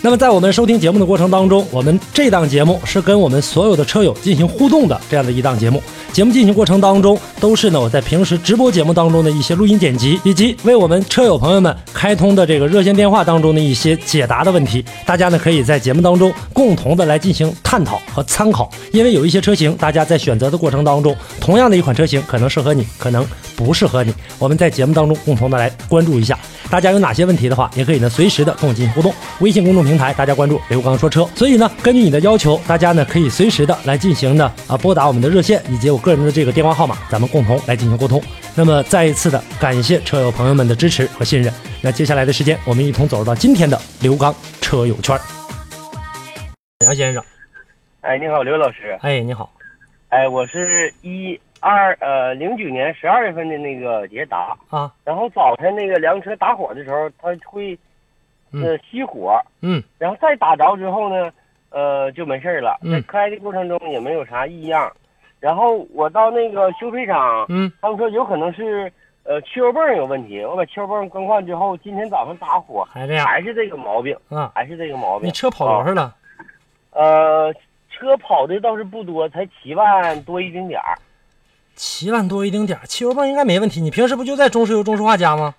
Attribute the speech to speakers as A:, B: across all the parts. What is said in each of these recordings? A: 那么在我们收听节目的过程当中，我们这档节目是跟我们所有的车友进行互动的这样的一档节目。节目进行过程当中，都是呢我在平时直播节目当中的一些录音剪辑，以及为我们车友朋友们开通的这个热线电话当中的一些解答的问题。大家呢可以在节目当中共同的来进行探讨和参考，因为有一些车型，大家在选择的过程当中，同样的一款车型可能适合你，可能不适合你。我们在节目当中共同的来关注一下。大家有哪些问题的话，也可以呢随时的跟我进行互动。微信公众平台大家关注“刘刚说车”，所以呢，根据你的要求，大家呢可以随时的来进行呢啊拨打我们的热线以及我个人的这个电话号码，咱们共同来进行沟通。那么再一次的感谢车友朋友们的支持和信任。那接下来的时间，我们一同走入到今天的刘刚车友圈。杨先生，
B: 哎，你好，刘老师。
A: 哎，你好，
B: 哎，我是一二呃零九年十二月份的那个捷达，
A: 啊，
B: 然后早晨那个凉车打火的时候，它会呃
A: 嗯
B: 熄火，
A: 嗯
B: 然后再打着之后呢，呃就没事儿了。
A: 嗯
B: 在开的过程中也没有啥异样。然后我到那个修配厂，
A: 嗯
B: 他们说有可能是呃汽油泵有问题。我把汽油泵更换之后，今天早上打火
A: 还这样
B: 还是这个毛病，
A: 啊，
B: 还是这个毛
A: 哎
B: 病
A: 你。车跑多少了？
B: 呃，车跑的倒是不多，才七万多一丁点儿。
A: 七万多一丁点儿，汽油泵应该没问题。你平时不就在中石油、中石化家吗？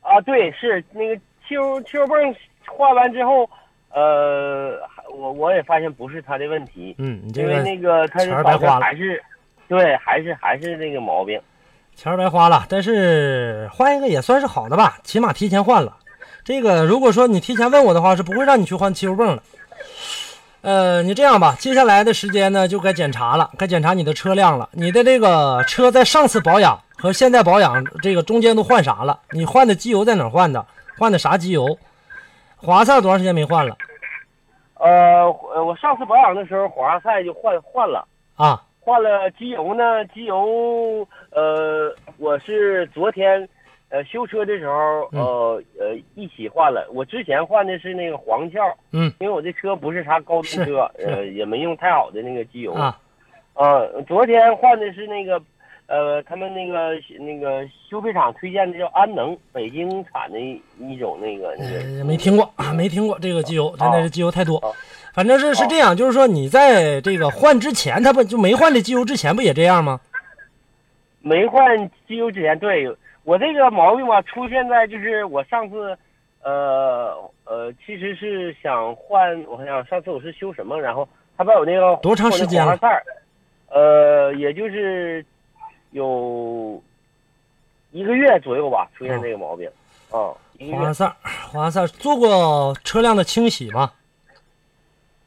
B: 啊，对，是那个汽油汽油泵换完之后，呃，还我我也发现不是他的问题，
A: 嗯，你这
B: 因为
A: 个
B: 那个他
A: 钱儿
B: 的
A: 白
B: 导致
A: 花了
B: 还是，对，还是还是那个毛病。
A: 钱儿白花了，但是换一个也算是好的吧，起码提前换了。这个如果说你提前问我的话，是不会让你去换汽油泵的。呃，你这样吧，接下来的时间呢，就该检查了，该检查你的车辆了。你的这个车在上次保养和现在保养这个中间都换啥了？你换的机油在哪儿换的？换的啥机油？华赛多长时间没换了
B: 呃，呃我上次保养的时候，华赛就换换了，
A: 啊？
B: 换了机油呢，机油呃，我是昨天。呃，修车的时候，
A: 嗯
B: 呃呃，一起换了。我之前换的是那个黄壳，
A: 嗯，
B: 因为我这车不是啥高
A: 是
B: 端车，
A: 是
B: 呃，也没用太好的那个机油
A: 啊，
B: 呃，昨天换的是那个，呃，他们那个那个修配厂推荐的叫安能，北京产的一一种那个那
A: 呃，
B: 个。
A: 没听过，啊，没听过这个机油，真的是机油太多
B: 哦。
A: 反正是是这样，就是说你在这个换之前，它不就没换这机油之前不也这样吗？
B: 没换机油之前，对我这个毛病吧，出现在就是我上次，呃呃，其实是想换，我想上次我是修什么，然后他把我那个
A: 多长时间了
B: 我那黄花菜儿呃，也就是有一个月左右吧，出现这个毛病，
A: 哦
B: 啊、一个月
A: 华。赛儿，华赛儿做过车辆的清洗吗？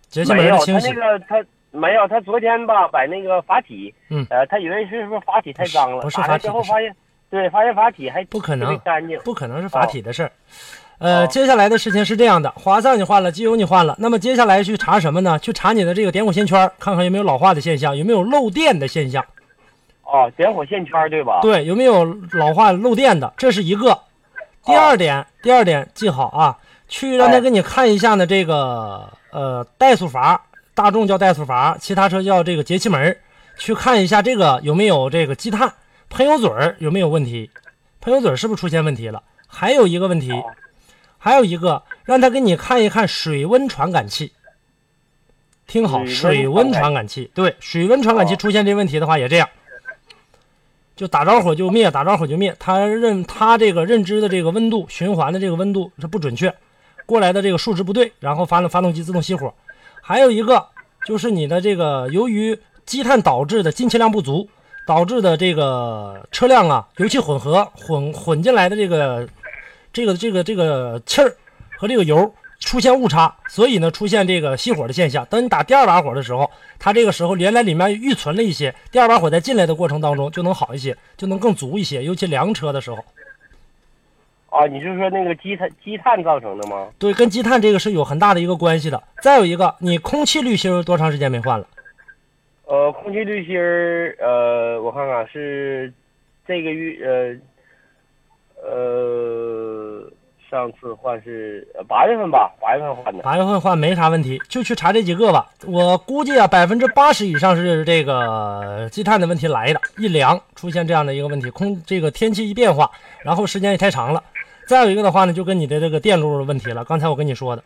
A: 节气
B: 没
A: 门的
B: 有，
A: 清
B: 他
A: 洗
B: 那个他没有，他昨天吧把那个阀体，
A: 嗯
B: 呃，他以为是不是阀体太脏了，
A: 不是
B: 打
A: 阀
B: 开
A: 体
B: 之后
A: 不是
B: 发现，对，发现阀体还
A: 不可
B: 特别
A: 能
B: 干净，
A: 不可能是阀体的事儿。呃，
B: 哦
A: 接下来的事情是这样的，华赛儿你换了，机油你换了，那么接下来去查什么呢？去查你的这个点火线圈儿，看看有没有老化的现象，有没有漏电的现象。
B: 哦，点火线圈儿对吧？
A: 对，有没有老化漏电的？这是一个。第二点，第二点记好啊，去让他
B: 哎
A: 给你看一下呢，这个呃怠速阀，大众叫怠速阀，其他车叫这个节气门儿，去看一下这个有没有这个积碳，喷油嘴儿有没有问题，喷油嘴儿是不是出现问题了？还有一个问题，还有一个让他给你看一看水温传感器。听好，水
B: 水
A: 温
B: 温
A: 传
B: 传
A: 感器，对，水温传感器
B: 哦
A: 出现这问题的话也这样，就打着火就灭，打着火就灭。他认他这个认知的这个温度，循环的这个温度是不准确，过来的这个数值不对，然后发动发动机自动熄火。还有一个就是你的这个由于积碳导致的进气量不足，导致的这个车辆啊油气混合混混进来的这个这个这个这个气儿和这个油出现误差，所以呢出现这个熄火的现象。当你打第二把火的时候，它这个时候原来里面预存了一些，第二把火在进来的过程当中就能好一些，就能更足一些，尤其凉车的时候。
B: 啊，你是说那个积碳积碳造成的吗？
A: 对，跟积碳这个是有很大的一个关系的。再有一个，你空气滤芯儿多长时间没换了？
B: 呃，空气滤芯儿，呃，我看看是这个月，呃，呃，上次换是呃八月份吧，八月份换的。
A: 八月份换没啥问题，就去查这几个吧。我估计啊，百分之八十以上是这个积碳的问题来的，一凉出现这样的一个问题，空这个天气一变化，然后时间也太长了。再有一个的话呢，就跟你的这个电路的问题了。刚才我跟你说的，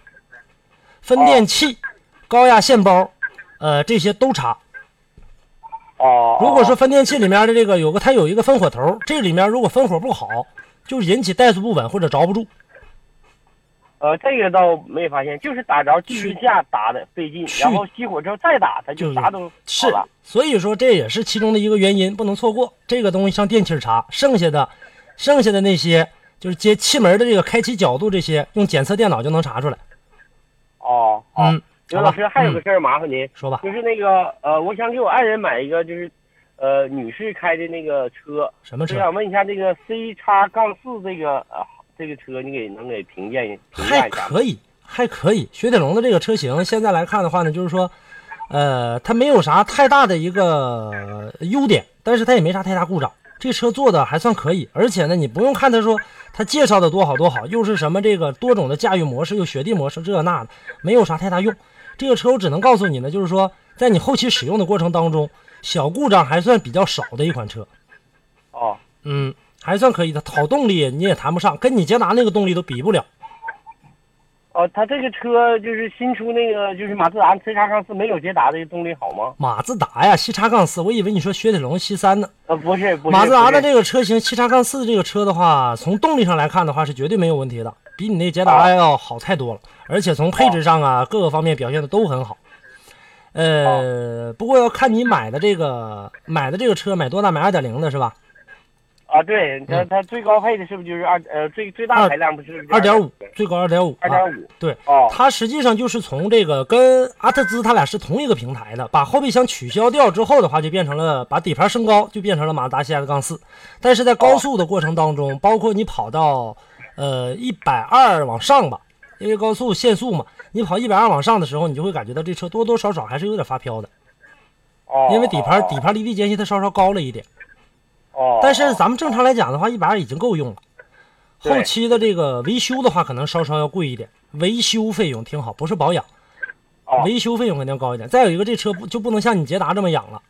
A: 分电器、高压线包，呃，这些都查。
B: 哦，
A: 如果说分电器里面的这个有个它有一个分火头，这里面如果分火不好，就引起怠速不稳或者着不住。
B: 呃，这个倒没发现，就是打着继续架打的费劲，
A: 去
B: 然后熄火之后再打，它
A: 就
B: 就是啥都
A: 是
B: 好了。，
A: 所以说这也是其中的一个原因，不能错过这个东西上电器儿查。剩下的，剩下的那些就是接气门的这个开启角度这些，用检测电脑就能查出来。
B: 哦，哦
A: 嗯，
B: 刘
A: 好
B: 老
A: 吧
B: 师还有个
A: 嗯
B: 事儿麻烦您，
A: 说吧，
B: 就是那个呃，我想给我爱人买一个就是呃女士开的那个车，
A: 什么
B: 就
A: 车？
B: 想问一下这个 C 叉杠四这个呃这个车，你给能给评价一评价
A: 还
B: 一下吗？
A: 可以，还可以。雪铁龙的这个车型现在来看的话呢，就是说，呃，它没有啥太大的一个呃优点，但是它也没啥太大故障。这车做的还算可以，而且呢，你不用看他说他介绍的多好多好，又是什么这个多种的驾驭模式，又雪地模式这那的，没有啥太大用。这个车我只能告诉你呢，就是说在你后期使用的过程当中，小故障还算比较少的一款车。
B: 哦
A: 嗯，还算可以的。好动力你也谈不上，跟你捷达那个动力都比不了。
B: 哦，它这个车就是新出那个就是马自达 C 叉杠四没有捷达的动力好吗？
A: 马自达呀，七叉杠四，我以为你说雪铁龙七三呢。
B: 呃，不是，不是
A: 马自达的
B: 不是
A: 这个车型七叉杠四这个车的话，从动力上来看的话是绝对没有问题的，比你那捷
B: 啊
A: 达要好太多了，而且从配置上啊，各个方面表现的都很好。
B: 啊
A: 呃，不过要看你买的这个买的这个车买多大，买二点零的是吧？
B: 啊，对，它它最高配的是不是就是二呃最最大
A: 嗯二
B: 排量不是
A: 二点五，最高二点五，啊
B: 二点五
A: 对，
B: 哦
A: 它实际上就是从这个跟阿特兹它俩是同一个平台的，把后备箱取消掉之后的话，就变成了把底盘升高，就变成了马自达 CX 杠四。但是在高速的过程当中，包括你跑到呃一百二往上吧，因为高速限速嘛，你跑一百二往上的时候，你就会感觉到这车多多少少还是有点发飘的，
B: 哦，
A: 啊因为底
B: 哦
A: 盘底盘离地间隙它稍稍高了一点。
B: 哦，
A: 但是咱们正常来讲的话，一百二已经够用了。
B: 对
A: 后期的这个维修的话，可能稍稍要贵一点，维修费用听好，不是保养
B: 哦，
A: 维修费用肯定要高一点。再有一个，这车不就不能像你捷达这么养了，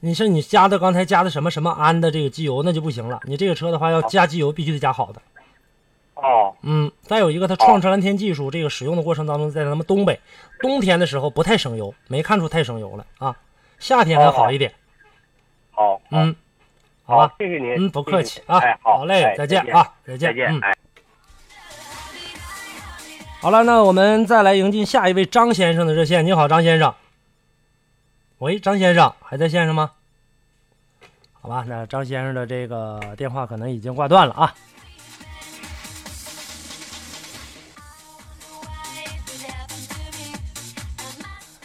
A: 你像你加的刚才加的什么什么安的这个机油，那就不行了。你这个车的话，要加机油必须得加好的。
B: 哦
A: 嗯，再有一个，它创车蓝天技术，这个使用的过程当中，在咱们东北冬天的时候不太省油，没看出太省油了啊。夏天还好一点，
B: 好，哦好
A: 嗯，好吧，
B: 谢谢您，
A: 嗯，不客气
B: 谢谢您
A: 啊，
B: 哎，好，
A: 嘞
B: 哎，
A: 再见，啊，再
B: 再见，
A: 嗯
B: 哎。
A: 好了，那我们再来迎进下一位张先生的热线。你好，张先生。喂，张先生还在线上吗？好吧，那张先生的这个电话可能已经挂断了啊。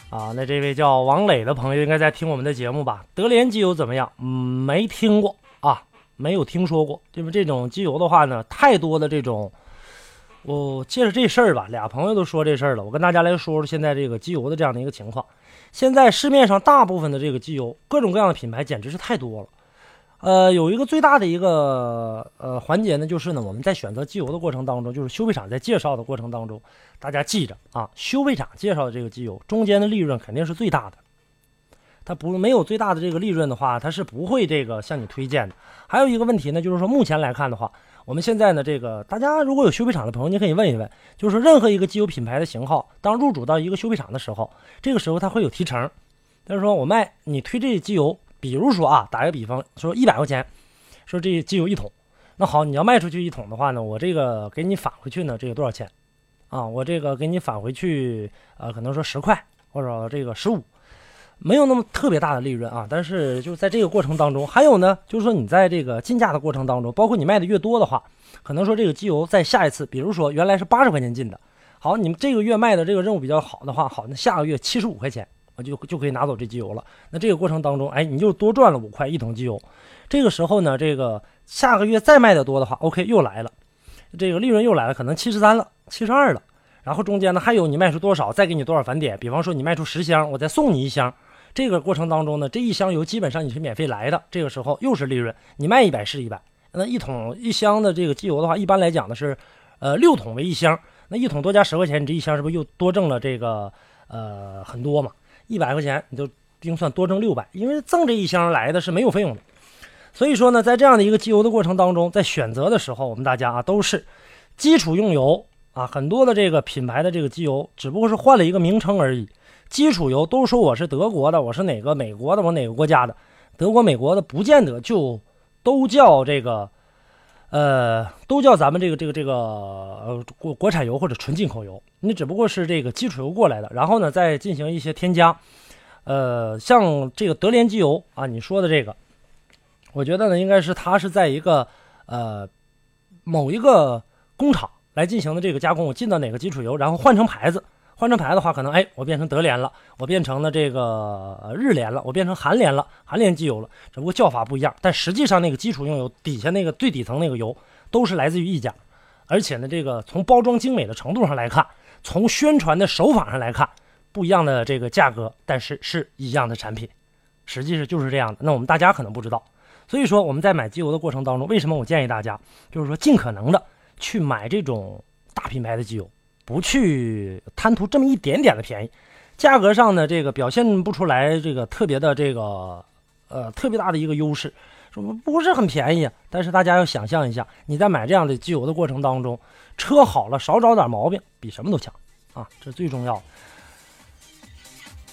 A: 啊，那这位叫王磊的朋友应该在听我们的节目吧？德联机油怎么样？嗯，没听过啊，没有听说过。因为这种机油的话呢，太多的这种我借着这事儿吧，俩朋友都说这事儿了，我跟大家来说说现在这个机油的这样的一个情况。现在市面上大部分的这个机油，各种各样的品牌简直是太多了。呃，有一个最大的一个呃环节呢，就是呢我们在选择机油的过程当中，就是修配厂在介绍的过程当中，大家记着啊，修配厂介绍的这个机油中间的利润肯定是最大的。它不没有最大的这个利润的话，它是不会这个向你推荐的。还有一个问题呢，就是说目前来看的话，我们现在呢，这个大家如果有修配厂的朋友，你可以问一问，就是说任何一个机油品牌的型号，当入主到一个修配厂的时候，这个时候它会有提成，就是说我卖你推这机油，比如说啊，打一个比方，说一百块钱，说这机油一桶，那好，你要卖出去一桶的话呢，我这个给你返回去呢，这个多少钱？啊，我这个给你返回去，呃，可能说十块或者这个十五，没有那么特别大的利润啊，但是就是在这个过程当中，还有呢，就是说你在这个进价的过程当中，包括你卖的越多的话，可能说这个机油在下一次，比如说原来是八十块钱进的，好，你们这个月卖的这个任务比较好的话，好，那下个月七十五块钱，我就就可以拿走这机油了。那这个过程当中，哎，你又多赚了五块一桶机油。这个时候呢，这个下个月再卖的多的话，OK 又来了。这个利润又来了，可能七十三了，七十二了。然后中间呢，还有你卖出多少，再给你多少返点。比方说你卖出十箱，我再送你一箱。这个过程当中呢，这一箱油基本上你是免费来的，这个时候又是利润，你卖一百是一百。那一桶一箱的这个机油的话，一般来讲呢是，呃，六桶为一箱，那一桶多加十块钱，你这一箱是不是又多挣了这个呃很多嘛？一百块钱你就精算多挣六百，因为赠这一箱来的是没有费用的。所以说呢，在这样的一个机油的过程当中，在选择的时候，我们大家啊都是基础用油啊，很多的这个品牌的这个机油只不过是换了一个名称而已。基础油都说我是德国的，我是哪个美国的，我哪个国家的，德国、美国的不见得就都叫这个，呃，都叫咱们这个这个这个呃国国产油或者纯进口油，你只不过是这个基础油过来的，然后呢再进行一些添加，呃，像这个德联机油啊，你说的这个，我觉得呢应该是它是在一个呃某一个工厂来进行的这个加工，我进到哪个基础油，然后换成牌子。换成牌的话，可能哎，我变成德联了，我变成了这个呃日联了，我变成韩联了，韩联机油了，只不过叫法不一样。但实际上，那个基础用油底下那个最底层那个油都是来自于一家，而且呢，这个从包装精美的程度上来看，从宣传的手法上来看，不一样的这个价格，但是是一样的产品，实际是就是这样的。那我们大家可能不知道，所以说我们在买机油的过程当中，为什么我建议大家就是说尽可能的去买这种大品牌的机油。不去贪图这么一点点的便宜，价格上呢，这个表现不出来这个特别的这个呃特别大的一个优势，说不是很便宜。但是大家要想象一下，你在买这样的机油的过程当中，车好了少找点毛病，比什么都强啊，这最重要。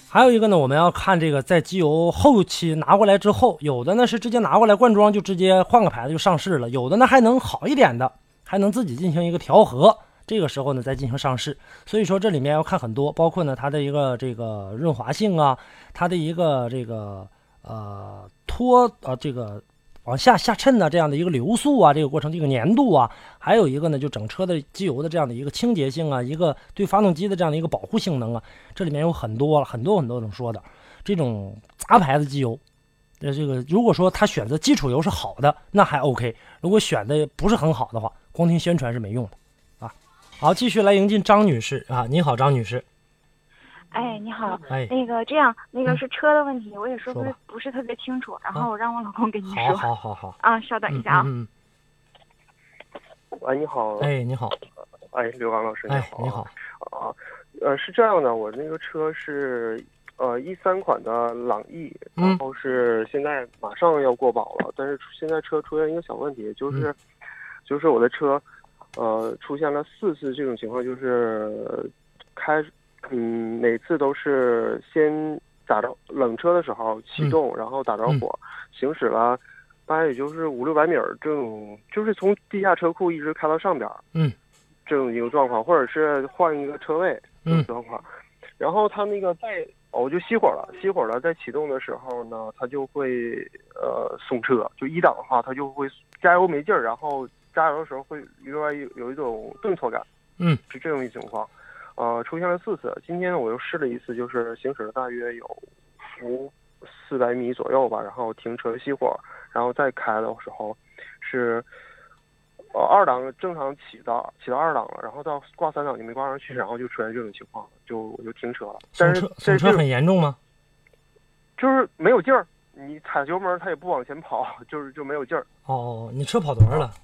A: 还有一个呢，我们要看这个在机油后期拿过来之后，有的呢是直接拿过来灌装就直接换个牌子就上市了，有的呢还能好一点的，还能自己进行一个调和。这个时候呢，再进行上市，所以说这里面要看很多，包括呢它的一个这个润滑性啊，它的一个这个呃脱呃这个往下下衬呐、啊、这样的一个流速啊，这个过程这个粘度啊，还有一个呢就整车的机油的这样的一个清洁性啊，一个对发动机的这样的一个保护性能啊，这里面有很多很多很多能说的这种杂牌子机油。呃这这个，如果说他选择基础油是好的，那还 OK；如果选的不是很好的话，光听宣传是没用的。好，继续来迎进张女士啊！你好，张女士。
C: 哎，你好，
A: 哎，嗯
C: 那个这样，那个是车的问题，我也说不
A: 说
C: 是
A: 吧嗯
C: 不是特别清楚，然后我让我老公给您
A: 好
C: 说。
A: 好好好。
C: 啊，稍等一下啊。
A: 嗯嗯
D: 喂，你好，
A: 嗯哎，你好，
D: 哎，刘刚老师，
A: 哎，你
D: 你
A: 好，
D: 啊，呃，是这样的，我那个车是呃一三款的朗逸，
A: 嗯
D: 然后是现在马上要过保了，但是现在车出现一个小问题，
A: 嗯
D: 就是、就是我的车呃出现了四次这种情况，就是开嗯每次都是先打着冷车的时候
A: 嗯
D: 启动，然后打着火，行驶了。大概也就是五六百米儿，这种就是从地下车库一直开到上边儿，
A: 嗯，
D: 这种一个状况，或者是换一个车位，
A: 嗯
D: 状况。然后它那个再，哦我就熄火了，熄火了，在启动的时候呢，它就会呃松车，就一档的话，它就会加油没劲儿，然后加油的时候会另外有有一种顿挫感，
A: 嗯，
D: 是这种一情况，呃，出现了四次，今天我又试了一次，就是行驶了大约有五四百米左右吧，然后停车熄火，然后再开的时候是。呃，二档正常起到起到二档了，然后到挂三档就没挂上去，然后就出现这种情况，就我就停车了。
A: 送
D: 但是
A: 车
D: 这
A: 送车
D: 这
A: 很严重吗？
D: 就是没有劲儿，你踩油门儿它也不往前跑， 就是就没有劲儿。
A: 哦，你车跑多少了？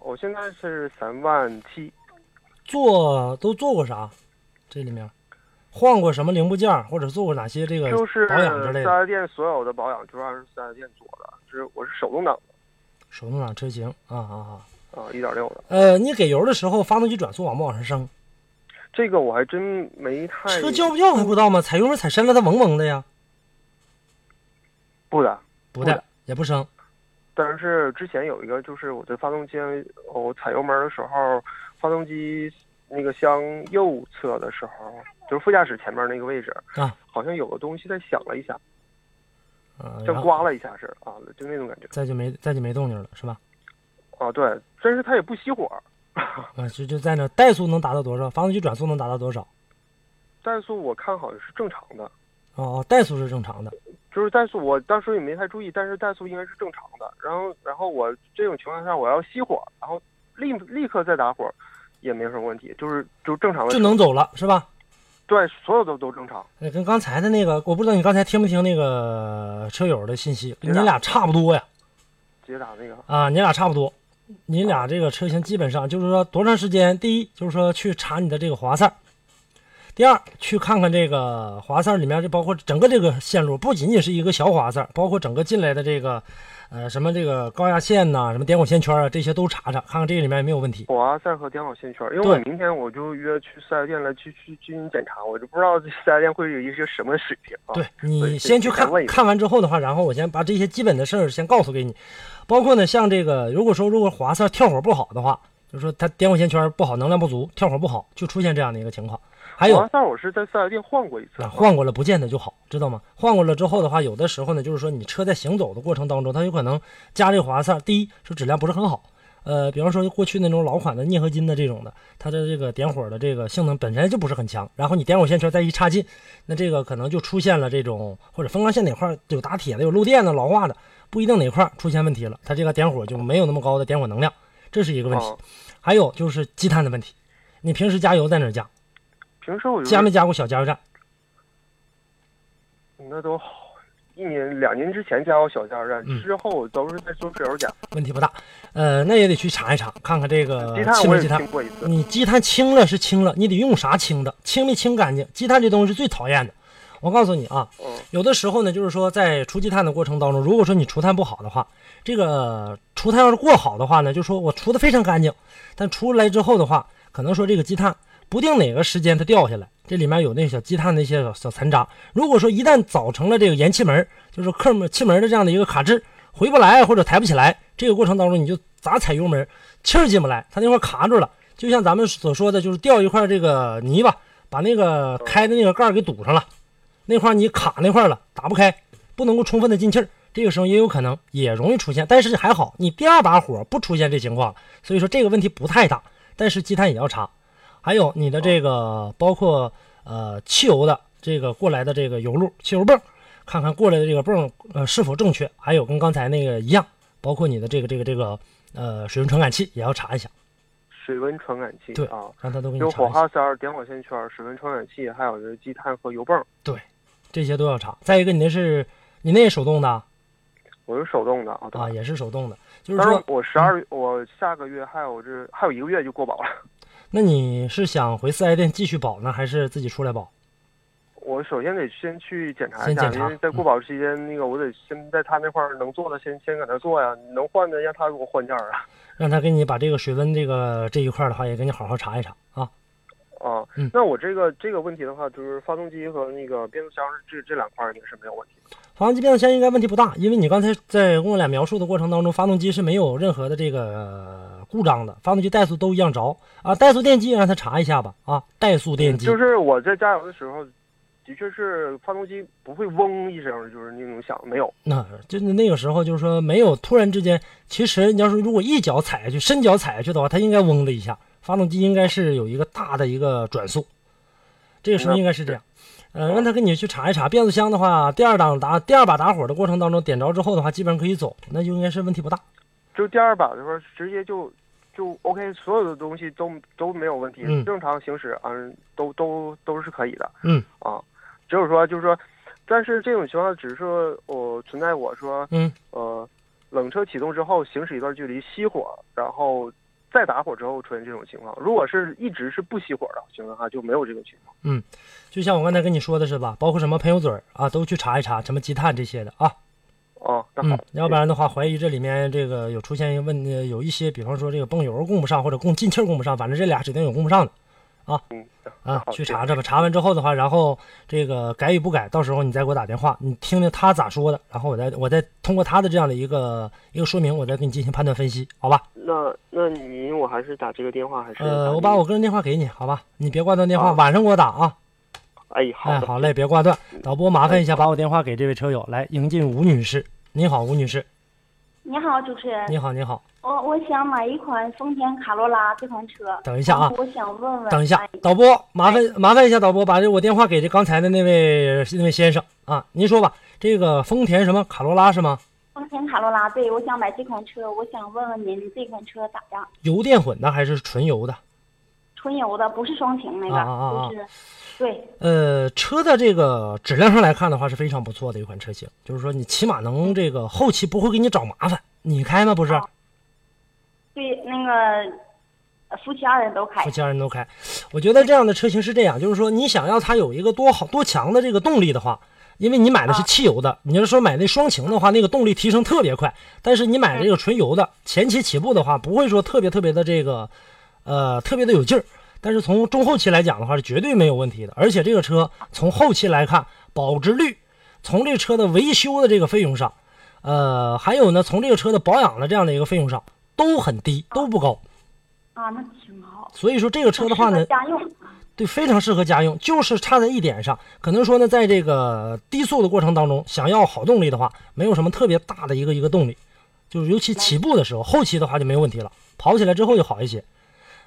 D: 我现在是三万七，
A: 做都做过啥？这里面换过什么零部件儿，或者做过哪些这个
D: 就是
A: 保养之类
D: 四
A: 的？
D: S 店所有的保养就是按四 S 店做的，就是我是手动挡
A: 手动挡车型啊啊啊！
D: 的啊，一点六的。
A: 呃，你给油的时候，发动机转速往不往上升？
D: 这个我还真没太
A: 车叫不叫还不知道吗？踩油门踩深了，它嗡嗡的呀，
D: 不的，
A: 不
D: 不
A: 带
D: 的
A: 也不升。
D: 但是之前有一个就是我的发动机，哦我踩油门儿的时候，发动机那个箱右侧的时候，就是副驾驶前面那个位置
A: 啊，
D: 好像有个东西在响了一下，
A: 嗯，然
D: 像
A: 后
D: 刮了一下似的啊，就那种感觉
A: 再就没再就没动静了，是吧？
D: 啊，对，但是它也不熄火，
A: 啊，就就在那儿怠速能达到多少？发动机转速能达到多少？
D: 怠速我看好像是正常的，
A: 哦，哦，怠速是正常的。
D: 就是怠速我当时也没太注意，但是怠速应该是正常的。然后，然后我这种情况下我要熄火，然后立立刻再打火，也没什么问题，就是就正常的
A: 就能走了是吧？
D: 对，所有的都正常。
A: 那跟刚才的那个，我不知道你刚才听没听那个车友的信息，跟你俩差不多呀。
D: 捷达那个
A: 啊，你俩差不多，你俩这个车型基本上就是说多长时间？第一就是说去查你的这个华赛儿，第二去看看这个华赛儿里面就包括整个这个线路，不仅仅是一个小华赛儿，包括整个进来的这个，呃，什么这个高压线呐、什么点火线圈啊，这些都查查，看看这个里面有没有问题。
D: 华赛和点火线圈，因为我明天我就约去四 S 店来去去进行检查，我就不知道这四 S 店会有一些什么水平啊。
A: 对
D: 所以
A: 你
D: 这
A: 先去看
D: 先问一问
A: 看完之后的话，然后我先把这些基本的事儿先告诉给你，包括呢，像这个如果说如果华赛跳火不好的话，就是说它点火线圈不好，能量不足，跳火不好，就出现这样的一个情况。还有
D: 华赛我是在四 S 店换过一次
A: 啊，，换过了不见得就好，知道吗？换过了之后的话，有的时候呢，就是说你车在行走的过程当中，它有可能加这个华塞，第一是质量不是很好，呃，比方说过去那种老款的镍合金的这种的，它的这个点火的这个性能本身就不是很强，然后你点火线圈再一插进，那这个可能就出现了这种或者风缸线哪块儿有打铁的、有漏电的、老化的，不一定哪块儿出现问题了，它这个点火就没有那么高的点火能量，这是一个问题。
D: 啊
A: 还有就是积碳的问题，你平时加油在哪儿加？
D: 平时我就
A: 加没
D: 是
A: 加过小加油站？
D: 那都好一年两年之前加过小加油站，
A: 嗯
D: 之后都是在修车油加，
A: 问题不大。呃，那也得去查一查，看看这个
D: 积碳
A: 清
D: 我
A: 没
D: 也
A: 积碳
D: 听。过一次。
A: 你积碳清了是清了，你得用啥清的？清没清干净？积碳这东西是最讨厌的。我告诉你啊，
D: 嗯
A: 有的时候呢，就是说在除积碳的过程当中，如果说你除碳不好的话，这个除碳要是过好的话呢，就说我除的非常干净，但除来之后的话，可能说这个积碳不定哪个时间它掉下来，这里面有那小积碳的一些小小残渣。如果说一旦造成了这个延气门儿，就是客门气门的这样的一个卡滞，回不来或者抬不起来，这个过程当中你就咋踩油门儿，气儿进不来，它那块儿卡住了，就像咱们所说的，就是掉一块这个泥巴，把那
D: 嗯
A: 个开的那个盖儿给堵上了。那块儿你卡那块儿了，打不开，不能够充分的进气儿，这个时候也有可能也容易出现，但是还好你第二把火不出现这情况了，所以说这个问题不太大，但是积碳也要查，还有你的这
D: 嗯
A: 个包括呃汽油的这个过来的这个油路汽油泵，看看过来的这个泵呃是否正确，还有跟刚才那个一样，包括你的这个这个这个呃水温传感器也要查一下，
D: 水温传感器
A: 对
D: 啊，
A: 让他都给你
D: 有
A: 查
D: 火
A: 一下，
D: 花塞、点火线圈、水温传感器，还有这积碳和油泵，
A: 这些都要查。再一个，你那是你那是手动的啊，
D: 我是手动的啊。对
A: 啊也是手动的，就是
D: 当
A: 说
D: 然，我十二，我下个月还有这还有一个月就过保了。
A: 那你是想回四 S 店继续保呢，还是自己出来保？
D: 我首先得先去检查
A: 先
D: 一下，
A: 检查嗯
D: 因为在过保期间，那个我得先在他那块儿能做的先先搁那做呀，能换的让他给我换件儿啊。
A: 让他给你把这个水温这个这一块儿的话，也给你好好查一查啊。
D: 啊，
A: 嗯
D: 那我这个这个问题的话，就是发动机和那个变速箱这这两块儿应该是没有问题的。
A: 发动机、变速箱应该问题不大，因为你刚才在跟我俩描述的过程当中，发动机是没有任何的这个、呃故障的，发动机怠速都一样着啊。怠速电机让他查一下吧啊，怠速电机
D: 就是我在加油的时候，的确是发动机不会嗡一声，就是那种响，没有。
A: 那就是那个时候就是说没有突然之间，其实你要是如果一脚踩下去，伸脚踩下去的话，它应该嗡的一下，发动机应该是有一个大的一个转速，这个时候应该是这样。呃，让他跟你去查一查变速箱的话，第二档打第二把打火的过程当中点着之后的话，基本上可以走，那就应该是问题不大。
D: 就第二把的时候，直接就就 OK，所有的东西都都没有问题，
A: 嗯
D: 正常行驶啊，都都都是可以的。
A: 嗯
D: 啊，只有说就是说，但是这种情况只是说我、存在我说
A: 嗯
D: 呃，冷车启动之后行驶一段距离熄火，然后再打火之后出现这种情况。如果是一直是不熄火的情况下，就没有这种情况。
A: 就像我刚才跟你说的是吧，包括什么喷油嘴儿啊，都去查一查，什么积碳这些的啊。
D: 哦，那好
A: 嗯，，要不然的话，怀疑这里面这个有出现一个问题，有一些，比方说这个泵油供不上，或者供进气儿供不上，反正这俩指定有供不上的。
D: 嗯，
A: 啊，
D: 好
A: 去
D: 谢
A: 查
D: 谢
A: 查吧。查完之后的话，然后这个改与不改，到时候你再给我打电话，你听听他咋说的，然后我再我再通过他的这样的一个一个说明，我再给你进行判断分析，好吧？
D: 那那您我还是打这个电话还是
A: 呃，我把我个人电话给你，好吧？你别挂断电话，
D: 好
A: 晚上给我打啊。
D: 哎
A: 哎，好嘞，别挂断。
D: 嗯
A: 导播，麻烦一下，把我电话给这位车友，来迎进吴女士。你好，吴女士，
E: 你好，主持人，
A: 你好，你好。
E: 我我想买一款丰田卡罗拉这款车。
A: 等一下啊
E: 然后我想问问，
A: 等一下
E: 哎，
A: 导播，麻烦麻烦一下导播，把这我电话呃给这刚才的那位那位先生啊，您说吧，这个丰田什么卡罗拉是吗？
E: 丰田卡罗拉，对，我想买这款车，我想问问您这款车咋样？
A: 油电混的还是纯油的？
E: 纯油的，不是双擎那个，
A: 啊啊啊啊
E: 就是，对，
A: 呃，车的这个质量上来看的话，是非常不错的一款车型。就是说，你起码能这个后期不会给你找麻烦。你开吗？不是，
E: 对那个呃夫妻二人都开
A: 夫，妻二人都开。我觉得这样的车型是这样，就是说，你想要它有一个多好多强的这个动力的话，因为你买的是汽油的，你要是说买那双擎的话，那个动力提升特别快。但是你买这个纯油的，前期起步的话，不会说特别特别的这个，呃，特别的有劲儿。但是从中后期来讲的话，是绝对没有问题的。而且这个车从后期来看，保值率，从这车的维修的这个费用上，呃，还有呢，从这个车的保养的这样的一个费用上，都很低，都不高。
E: 啊，那挺好。
A: 所以说这个车的话
E: 适
A: 呢
E: 合，家用，
A: 对，非常适合家用，就是差在一点上，可能说呢，在这个低速的过程当中，想要好动力的话，没有什么特别大的一个一个动力，就是尤其起步的时候，后期的话就没有问题了，跑起来之后就好一些。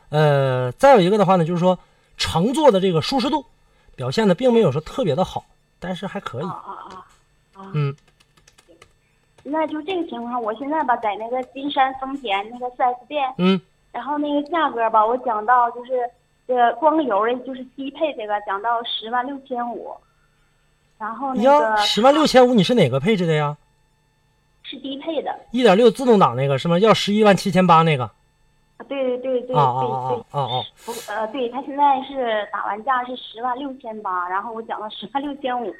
A: 呃，再有一个的话呢，就是说乘坐的这个舒适度表现的并没有说特别的好，但是还可以。
E: 哦
A: 嗯，
E: 那就这个情况，我现在吧，在那个金山丰田那个 4S 店，
A: 嗯，
E: 然后那个价格吧，我讲到就是，呃，光个油的，就是低配这个，讲到十万六千五，然后那
A: 呀，
E: 个
A: 十万六千五，你是哪个配置的呀？
E: 是低配的，
A: 一点六自动挡那个是吗？要十一万七千八那个？
E: 啊对对对对
A: 啊啊啊
E: 对对，
A: 啊啊！
E: 不呃，对他现在是打完价是十万六千八，然后我讲到十万六千五，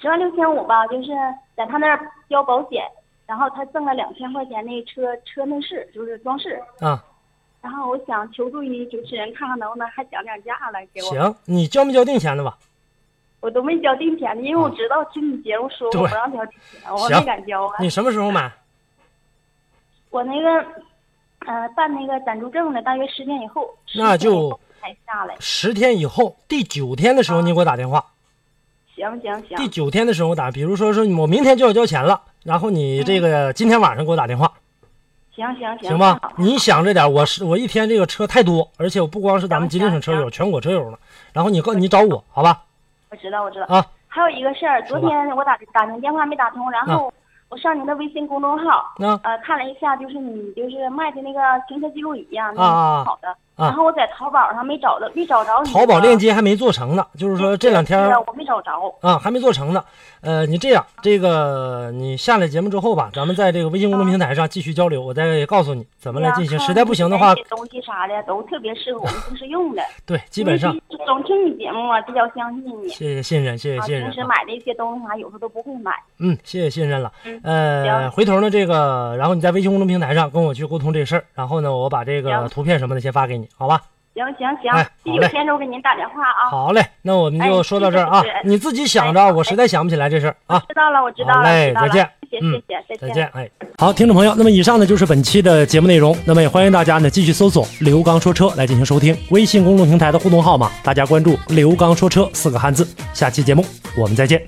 E: 十万六千五吧，就是在他那儿交保险，然后他赠了两千块钱那车车内饰，就是装饰，
A: 啊啊！
E: 然后我想求助于主持人，看看能不能还讲点价来给我。
A: 行，你交没交定钱的吧？
E: 我都没交定钱呢，因为我知道听你节目说
A: 嗯对
E: 我不让交定钱，我
A: 行
E: 没敢交啊。
A: 你什么时候买？
E: 我那个，呃，办那个暂住证的，大约十天以后，
A: 那
E: 10天以
A: 就
E: 后才下来。
A: 十天以后，第九天的时
E: 哦
A: 候你给我打电话。
E: 行行
A: 第
E: 行，
A: 九天的时候打，比如说说我明天就要交钱了，然后
E: 嗯
A: 你这个今天晚上给我打电话，
E: 行行行，
A: 行吧
E: 好？
A: 你想着点，我是我一天这个车太多，而且我不光是咱们吉林省车
E: 行
A: 友，全国车友呢。然后你告你找我，好吧？
E: 我知道我知道。
A: 啊，
E: 还有一个事儿，昨
A: 说吧啊
E: 天我打打您电话没打通，然后我上您的微信公众号，
A: 那
E: 呃，看了一下，就是你就是卖的那个行车记录仪呀，那
A: 啊啊啊
E: 个好的。然后我在淘宝上没找到，没找着你。
A: 淘宝链。接还没做成呢，就是说这两天
E: 是
A: 儿
E: 啊我没找着。
A: 啊，还没做成呢。呃，你这样，这个你下了节目之后吧，咱们在这个微信公
E: 嗯
A: 众平台上继续交流，我再告诉你怎么来进行。实在不行的话
E: 这，些东西啥的都特别适合我 们平时用的。
A: 对，基本上
E: 因为总听你节目啊，比较相信你。
A: 谢谢信任，谢谢
E: 啊，
A: 信任
E: 平时
A: 啊。
E: 买的一些东西啥，有时候都不会买。
A: 嗯，谢谢信任了。呃，
E: 行
A: 回头呢，这个，然后你在微信公众平台上跟我去沟通这事儿，然后呢，我把这个
E: 行
A: 图片什么的先发给你，好吧？
E: 行行行
A: 哎，
E: 第
A: 好
E: 九
A: 嘞
E: 天之后给您打电话啊。
A: 好嘞，那我们就
E: 哎
A: 说到
E: 谢
A: 这
E: 谢
A: 儿啊
E: 主持，人
A: 你自己想
E: 哎
A: 着，
E: 好
A: 我实在想不起来这事儿啊。
E: 知道了，我知道
A: 好
E: 了，
A: 嘞
E: 知道了
A: 再见
E: 谢谢
A: 嗯
E: 谢谢，再
A: 再
E: 见
A: 见，哎。
F: 好，听众朋友，那么以上呢就是本期的节目内容。那么也欢迎大家呢继续搜索“刘刚说车”来进行收听，微信公众平台的互动号码，大家关注“刘刚说车”四个汉字。下期节目我们再见。